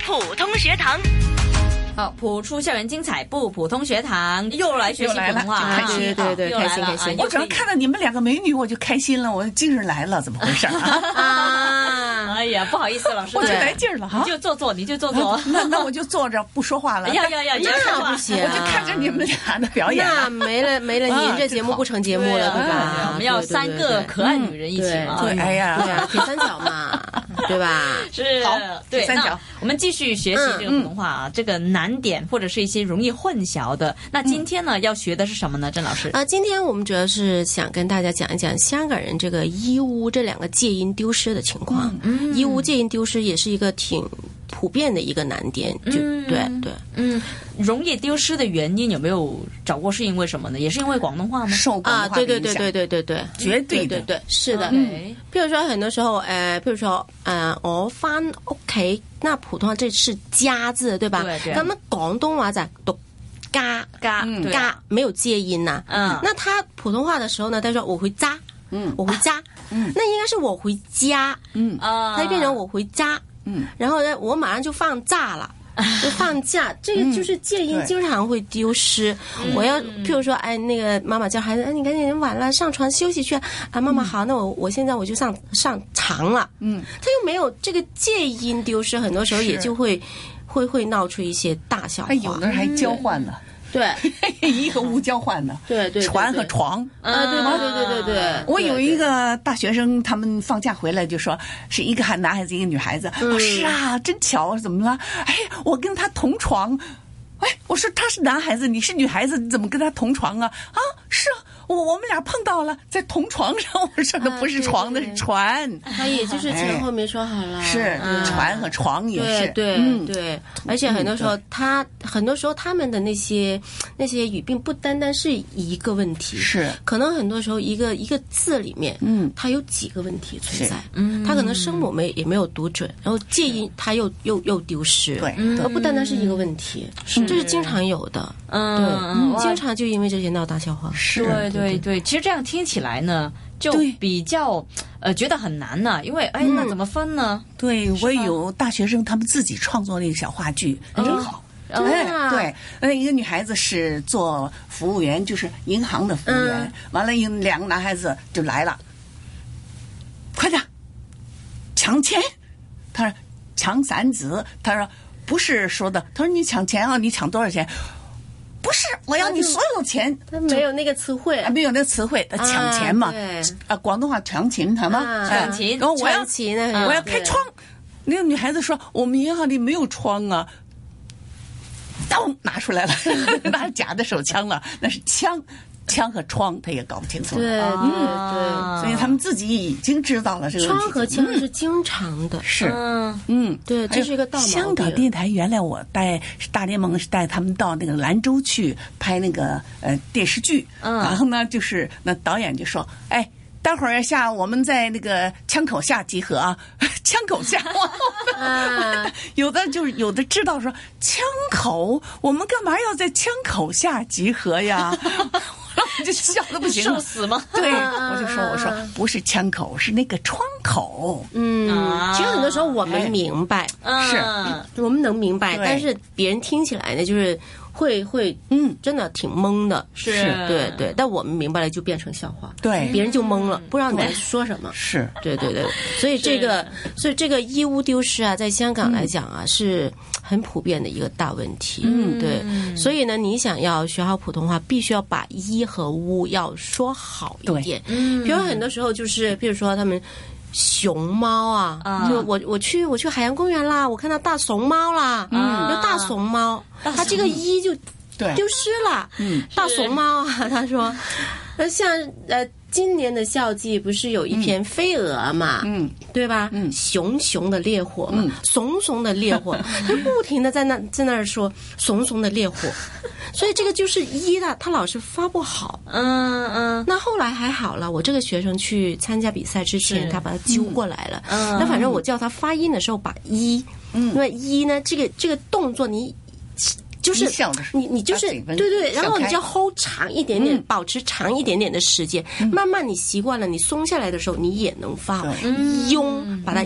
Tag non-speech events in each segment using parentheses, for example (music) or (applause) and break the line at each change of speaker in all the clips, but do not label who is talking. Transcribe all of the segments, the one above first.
普通学堂。
好，普出校园精彩不普通学堂又来学习普通话，
又来了
啊
对
好
对对
又来
开心
了啊
开心我
又可
我只要
以
看到你们两个美女，我就开心了，我精神来了，怎么回事
(laughs)
啊？
(laughs)
啊，
哎呀，不好意思，老师，
我就
对
来劲儿了
你
哈。
就坐坐，你就坐坐
(laughs)
啊。那那我就坐着不说
哎
话了，
要要要，你要说
那
话
不行，
我就看着你们俩的表演。啊
那没了没了，您这节目不成节目
对
了，
啊
对
对啊
吧？
我们要三个可爱女人一起嘛。
对，哎呀，
对啊，铁三角嘛，对吧？
是
好
对，
三
那
角
我们继续学习这
嗯
个普通话啊，这个难点或者是一些容易混淆的。那今天呢，要学的是什么呢？郑老师，
啊，今天我们主要是想跟大家讲一讲香港人这个衣物这两个介音丢失的情况。嗯，衣物介音丢失也是一个挺普遍的一个难点，就
嗯
对对。
嗯，容易丢失的原因有没有找过？是因为什么呢？也是因为广东话吗？
受广
啊，
东话
对
的
对
影
对
响，
对对对对，
绝对
对
的。
对，是的。
嗯，
譬如说，很多时候，呃，譬如说，呃，我翻屋企，那普通话这是家字，对吧？
对对
咱们广东话在读家
嘎对
嘎，没有介音呐、
嗯
那他普通话的时候呢，他说我回家，
嗯
我回家，
嗯
那应该是我回家，
嗯
啊，
他就变成我回家，
嗯，
然后呢，我马上就放假
(laughs)
了。就放假，这个就是戒音
嗯对嗯
经常会丢失。我要，譬如说，哎，那个妈妈叫孩子，哎，你赶紧晚了，上床休息去啊。妈妈好，那我我现在我就上上床了。
嗯，
他又没有这个戒音丢失，很多时候也
是
就会会会闹出一些大笑话
还。哎有的人还交换呢，
(laughs) 对
一和无交换呢，
嗯对对对
(laughs) 船和
对
床。
啊，对对对对对对。
我有一
个
个大学生，他们放假回来就说是一个孩男孩子，一个女孩子。
嗯
我是啊，真巧，怎么了？哎，我跟他同床。哎，我说他是男孩子，你是女孩子，你怎么跟他同床啊？啊，是啊，我我们俩碰到了，在同床上。我说那
啊
不是
对
床，那
对
是船，
他也就是前后没说好了，
哎是
嗯
船和床也
对
是。
对、
嗯，
对，而且很多时候他很多时候他们的那些那些语病不单单是一个问题，
是
可能很多时候一个一个字里面，
嗯
它有几个问题存在
是，嗯
嗯，它可能声母没也没有读准，然后介音它又又又丢失，
对
它不单单是一个问题，这是经常有的，对，
嗯，哇
经常就因为这些闹大笑话，
是
对对对，其实这样听起来呢，就
对
比较呃觉得很难呢、因为哎，
嗯
那怎么分呢？
对，我有大学生，他们自己创作了一个小话剧，真好。
真的
哎
哦啊
对，那一个女孩子是做服务员，就是银行的服务员。
嗯
完了，一两个男孩子就来了，快点，抢钱！他说抢散纸，他说不是说的，他说你抢钱啊，你抢多少钱？不是，我要你所有钱。
他没有那个词汇
啊，。没有那个词汇，他抢钱嘛
啊对，
啊，广东话抢钱，好吗？
啊
哎
抢钱
然后我要
传奇呢，
我要开窗。那个女孩子说：“我们银行里没有窗啊。”刀拿出来了， (laughs) 拿着假的手枪了，那是枪，枪和窗，他也搞不清楚。
对，对，嗯对
啊
所以他们自己已经知道了这个问题。
窗和墙是经常的，
是，
嗯
嗯，
对，
还有
这是一个道毛
香港
病
电台原来我带大联盟是带他们到那个兰州去拍那个呃电视剧，
嗯
然后呢就是那导演就说，哎。待会儿下我们在那个枪口下集合啊， (laughs) 枪口下， (laughs)
啊，
有的就是有的知道说枪口，我们干嘛要在枪口下集合呀？ (laughs) 我就笑的不行
受
了。
死吗？
对，
啊
我就说我说
啊
不是枪口，是那个窗口。 (laughs)
嗯，其实很多时候我们
啊哎
明白，
嗯
是
我们能明白，
对
但是别人听起来呢，就是会会，
嗯，
真的挺懵的，
是
对对，但我们明白了就变成笑话，
对
别人就懵了，不知道你在说什么。
是
对对对，所以这个，所以这个衣物丢失啊，在香港来讲啊，是很普遍的一个大问题。嗯，对，所以呢，你想要学好普通话，必须要把“衣”和“屋”要说好一点。嗯，比如很多时候就是，比如说他们。熊猫啊，
啊
就我我去我去海洋公园啦，我看到大熊猫啦，
嗯
有啊大熊猫，它这个一就
对
丢失了。
嗯，
大熊猫啊，他说，呃，像呃，今年的校季不是有一篇《飞蛾》嘛，
嗯，
对吧？嗯，熊熊的烈火嘛，熊熊的烈
(laughs)
火，他不停的在那在那儿说熊熊的烈火，所以这个就是一的，他老是发不好。
嗯嗯
那后来还好了，我这个学生去参加比赛之前，
是
他把它揪过来了。那反正我叫他发音的时候把一，因为一呢，这个这个动作你就是
你想的是
你你就是
把嘴
对
温
对，
小
然后你
开
就要 hold 长一点点，保持长一点点的时间，慢慢你习惯了，你松下来的时候，你也能发拥，把它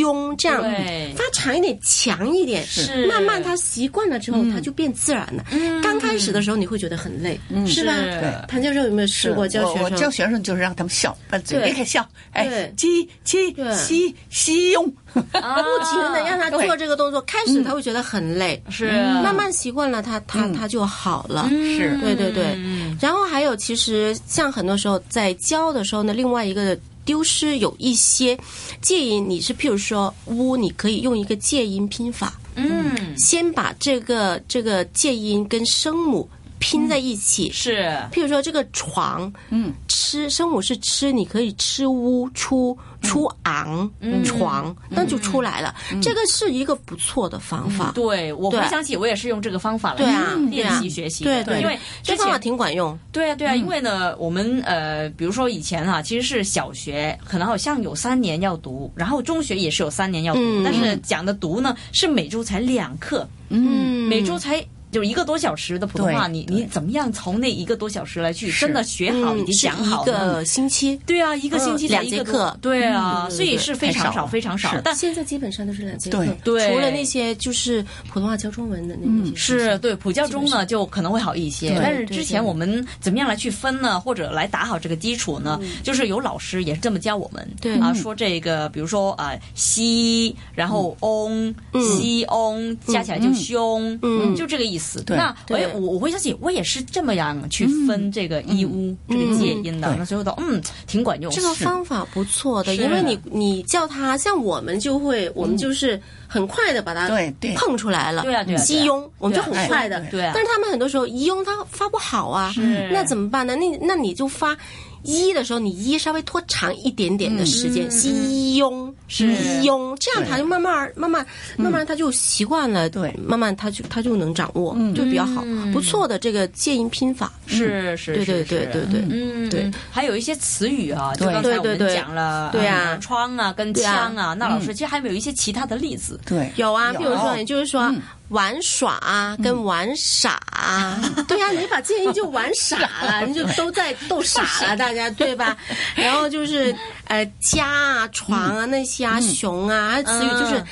拥这样
对
发长一点，强一点，
是
慢慢它习惯了之后，它就变自然了。刚开始的时候你会觉得很累，是吧
是对？
谭教授有没有试过教
我我
学
教
生？
学生就是让他们笑，把嘴
对
裂开笑，哎
对，
鸡鸡
对
西西用，
啊，
不停的让他
对
做这个动作，开始他会觉得很累，嗯
是
慢慢习惯了，他他他就好了。
是
对对对，
嗯
然后还有，其实像很多时候在教的时候呢，另外一个丢失有一些建议，你是譬如说“乌”，你可以用一个介音拼法，
嗯
先把这个这个介音跟声母拼在一起。
是
譬如说这个床，嗯，吃声母是吃，你可以吃乌出出昂、床，那就出来了。这个是一个不错的方法，
对，我
对
回想起我也是用这个方法来
对啊
嗯
对
练
啊
习学习
对
的，
对，
因为
这
之
方法
前
挺管用。
对啊，对啊，因为呢，我们呃，比如说以前啊，其实是小学，可能好像有三年要读，然后中学也是有三年要读，
嗯
但是讲的读呢是每周才两课，
嗯
每周才。就一个多小时的普通话，
对
你
对
你怎么样从那一个多小时来去
是
真的学好以
嗯
及
是
讲好
一
呢？
个星期。
对啊，一个星期
嗯
才
两
一个
节
多
课
对啊，
嗯
所以是非常
太少
少，
了
非常少
是。
但
现在基本上都是两节课，
对对
除了那些就是普通话教中文的那那些学
是
生，
对普教中呢，就可能会好一些。
对
但是
对
之前
对
我们怎么样来去分呢？或者来打好这个基础呢？就是有老师也是这么教我们，
嗯对嗯
啊，说这个，比如说啊，西，然后翁，西翁，加起来就凶，
嗯嗯
就这个意思。
对
那我
对
也我我会相信，我也是这么样去分这个一乌
嗯
这个介音的。
对
那最后到嗯，挺管用。
这个方法不错的，
是嗯
因为你你叫他，像我们就会，我们就是很快的把它
对对
碰出来了，
对啊对啊对啊
西庸，我们就很快的
哎，
对啊
但是他们很多时候一庸他发不好啊，那怎么办呢？那那你就发。一的时候，你一稍微拖长一点点的时间，西庸
嗯是嗯
西庸，这样他就慢慢儿、慢慢、慢慢，他就习惯了，
对
慢慢他就他就能掌握，
嗯
就比较好，不错的这个借音拼法，
是是，
对对
是
对
是
对对，
嗯，
对，
还有一些词语啊，就
对
刚才我
对对
们
对
讲了，
对啊
呃窗啊跟
对啊
枪啊，那老师其实还有一些其他的例子，
对，
有啊，
有
比如说，也就是说，玩耍啊，跟玩傻啊，对啊，你把建议就玩傻了，你就都在逗傻了，大家对吧？然后就是呃，家啊、床啊那些啊、熊啊，还有词语就是
嗯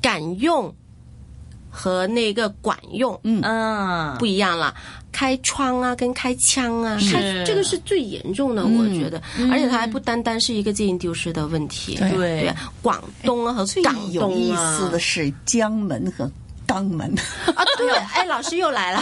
敢用和那个管用
嗯，
不一样了。开窗啊，跟开枪啊，开这个是最严重的，我觉得，而且它还不单单是一个建议丢失的问题，
对
对
对，，
广东啊和
最
港
有
东
意
啊
思的是江门和
(laughs)
肛门，
啊，对，哎，老师又来
(laughs)
了，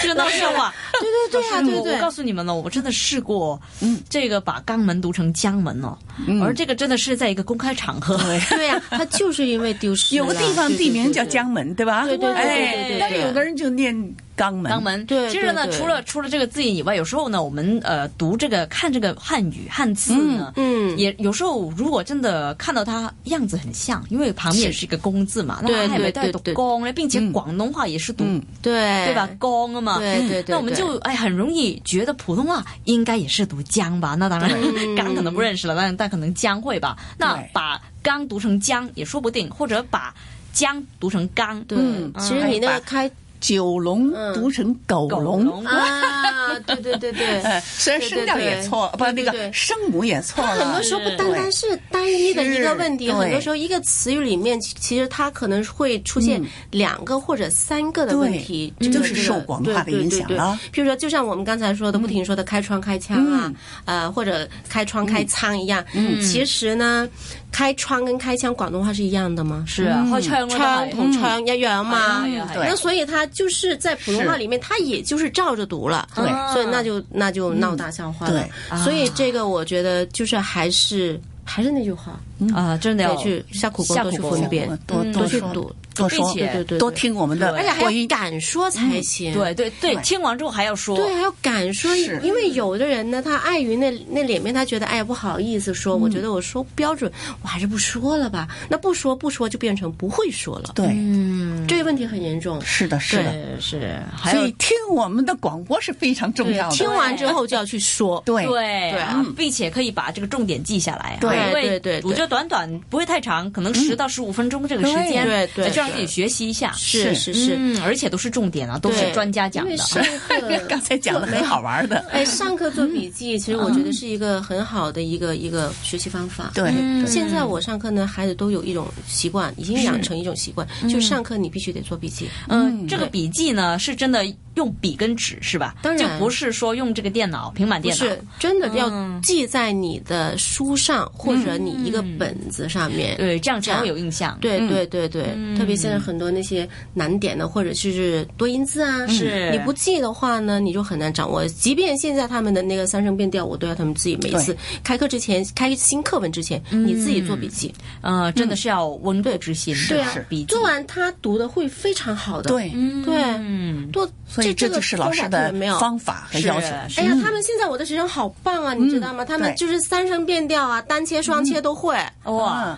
这个闹笑话。
对 (laughs) 对对啊，
老师
对
我我
对。
告诉你们了，我真的试过，嗯，这个把肛门读成江门哦，而这个真的是在一个公开场合，
嗯对呀、他就是因为丢失了
有个地方
对对
地名
对
叫
对
江门，对吧？
对对对
哎
对对对
但是有的人就念肛
(laughs)
门，
肛门。
对
其实呢，
对对
除了除了这个字眼以外，有时候呢，我们呃读这个看这个汉语汉字呢，
嗯嗯
也有时候如果真的看到它样子很像，因为旁边也是一个“公”字嘛，那
对
它也没带
对
读
对
“公”呢，并且广东话也是读。
嗯
对
对吧？？公啊嘛，
对对对对
那我们就哎很容易觉得普通话应该也是读江吧？那当然，
嗯
(laughs) 刚可能不认识了，但但可能江会吧？那
对
把刚读成江也说不定，或者把江读成刚，哎
对，
嗯
其实你那个开
九龙
嗯
读成狗
狗
龙。
啊，对对对对，
哎，虽然声调也错，
对对
不，
对
那
对对
个声母也错了。
很多时候不单单是单一的一个问题，
是
很多时候一个词语里面，其其实它可能会出现两个或者三个的问题，
嗯对
这个
就是受广东话的影响。
这个对对对
了
对譬如说，就像我们刚才说的，不停说的开窗开枪啊，
嗯
呃，或者开窗开仓一样。其实呢，开窗跟开枪广东话是一样的吗？
是啊，开窗嗰度
窗
係
同窗一样吗？
嗯係啊
係啊
那所以它就是在普通话里面，它也就是照着读了。
对
所以那就那就闹大笑话了。啊
对
所以这个我觉得就是还是还是那句话，
啊，真的要
得去下苦功
下
多
苦
去
功
分辨
嗯，多
多
多
去
说
读，
多说，
并且
对对嗯
多听我们的
而且还
播
要
音。
敢说才行。
对对对，
对
听完之后还要说，
对，还要敢说，
是
因为有的人呢，他碍于那那脸面，他觉得哎呀不好意思说，我觉得我说不标准，我还是不说了吧。那不说不说就变成不会说了，
对，
嗯，
这个问题很严重。
是的，是的。
对是，还
所
有
以听我们的广播是非常重要的。
听完之后就要去说。
对
对
对
啊，并且可以把这个重点记下来啊。
对
嗯
因为
对对对嗯
我觉得短短不会太长，可能十到十五分钟这个时间，
对对
就让家自己学习一下。
是是是，
嗯，而且都是重点啊，都是
对
专家
因
讲
为
的。
上
(laughs)
课
刚才讲的很好玩的，
哎，上课做笔记，其实我觉得是一个很好的一个一个学习方法。
对，
现在我上课呢，孩子都有一种习惯，已经养成一种习惯，就是上课你必须得做笔记。
嗯，这个笔记呢是真的用笔跟纸是吧？
当然
就不是说用这个电脑、平板
不
电脑。
是真的要
嗯
记在你的书上或者你一个本子上面，
对，这样才会有印象。
对
嗯
对对对，特别现在很多那些难点的，或者是多音字啊，
是
你不记的话呢，你就很难掌握。即便现在他们的那个三声变调，我都要他们自己每次开课之前，开新课文之前，你自己做笔记。
呃，真的是要温故知新，
对
吧
啊
笔，记
嗯做。完他读的会非常好的。
对，
对，
嗯，
多，
所以这
这
就是老师的
没有。
方法和要求。嗯
是
哎呀，他们现在我的学生好棒啊，你知道吗？他们
对
就是三声变调啊，单切、双切都会。啊
哇
嗯，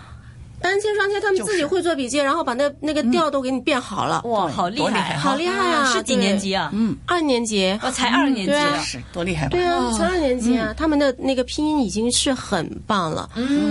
单切、双切，他们自己会做笔记，然后把那那个调都给你变好了。
哇，好厉
多厉
害，
害
好厉害啊
嗯是几
对
年级啊？嗯，
二年级，
我才二年级
对
啊
啊
是多厉害吧
对？啊，才二年级啊，他们的那个拼音已经是很棒了。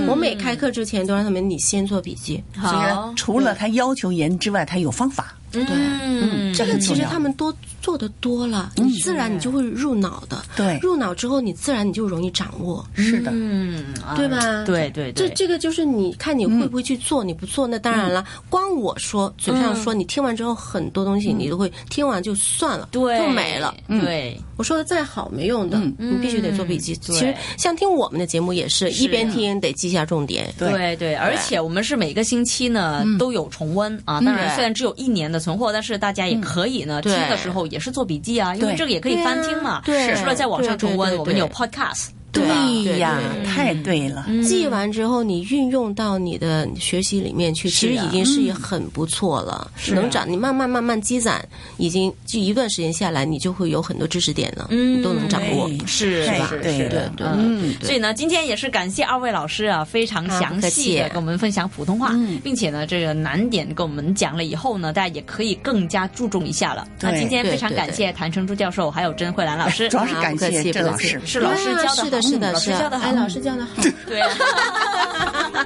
我每开课之前都让他们你先做笔记。
虽
好
然，除了他要求严之外，他有方法。
嗯，
这个其
重
实
要
他们多做的多了，你自然你就会入脑的。
对
入脑之后你自然你就容易掌握，
是的，
嗯，啊
对吧？
对对
这
对，
这个就是你看你会不会去做，你不做那当然了，光我说嘴上说，你听完之后很多东西你都会听完就算了，
对
就没了。嗯
对，
我说的再好没用的，你必须得做笔记。
对
其实像听我们的节目也嗯是啊一边听得记下重点。
对
对对，而且我们是每个星期呢
嗯
都有重温啊。当然，虽然只有一年的存货，但是大家也可以呢，听
对
的时候也是做笔记啊，因为
对
这个也可以翻听嘛。
对啊对
除了在网上重
对对
温，
对对
我们有 podcast，吧？
对啊嗯
呀
对，
太对了。
嗯
记完之后，你运用到你的学习里面去，其实
是啊
已经是很不错了。
啊
能长，你慢慢慢慢积攒，已经就一段时间下来，你就会有很多知识点了，
嗯
你都能掌握。
对
是
太
是吧？
对
是
了
的
对
嗯
对，对
所以呢，今天也是感谢二位老师啊，非常
啊
详
不客
细
气嗯
的跟我们分享普通话，并且呢，这个难点跟我们讲了以后呢，大家也可以更加注重一下了。那
对
今天
对
非常
对
感
对
谢谭成珠教授还有甄慧兰老
(laughs)
师
主，要是
啊
感
不客
谢
气
郑
不客
老
气
师，
是老师
对啊
教的
是的，
好
是的，是
嗯老师
的
教的
哎，
好，
老师教的好。
对啊，(laughs)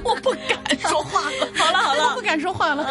(laughs)
(laughs) 我不敢说话了，我不敢说话了。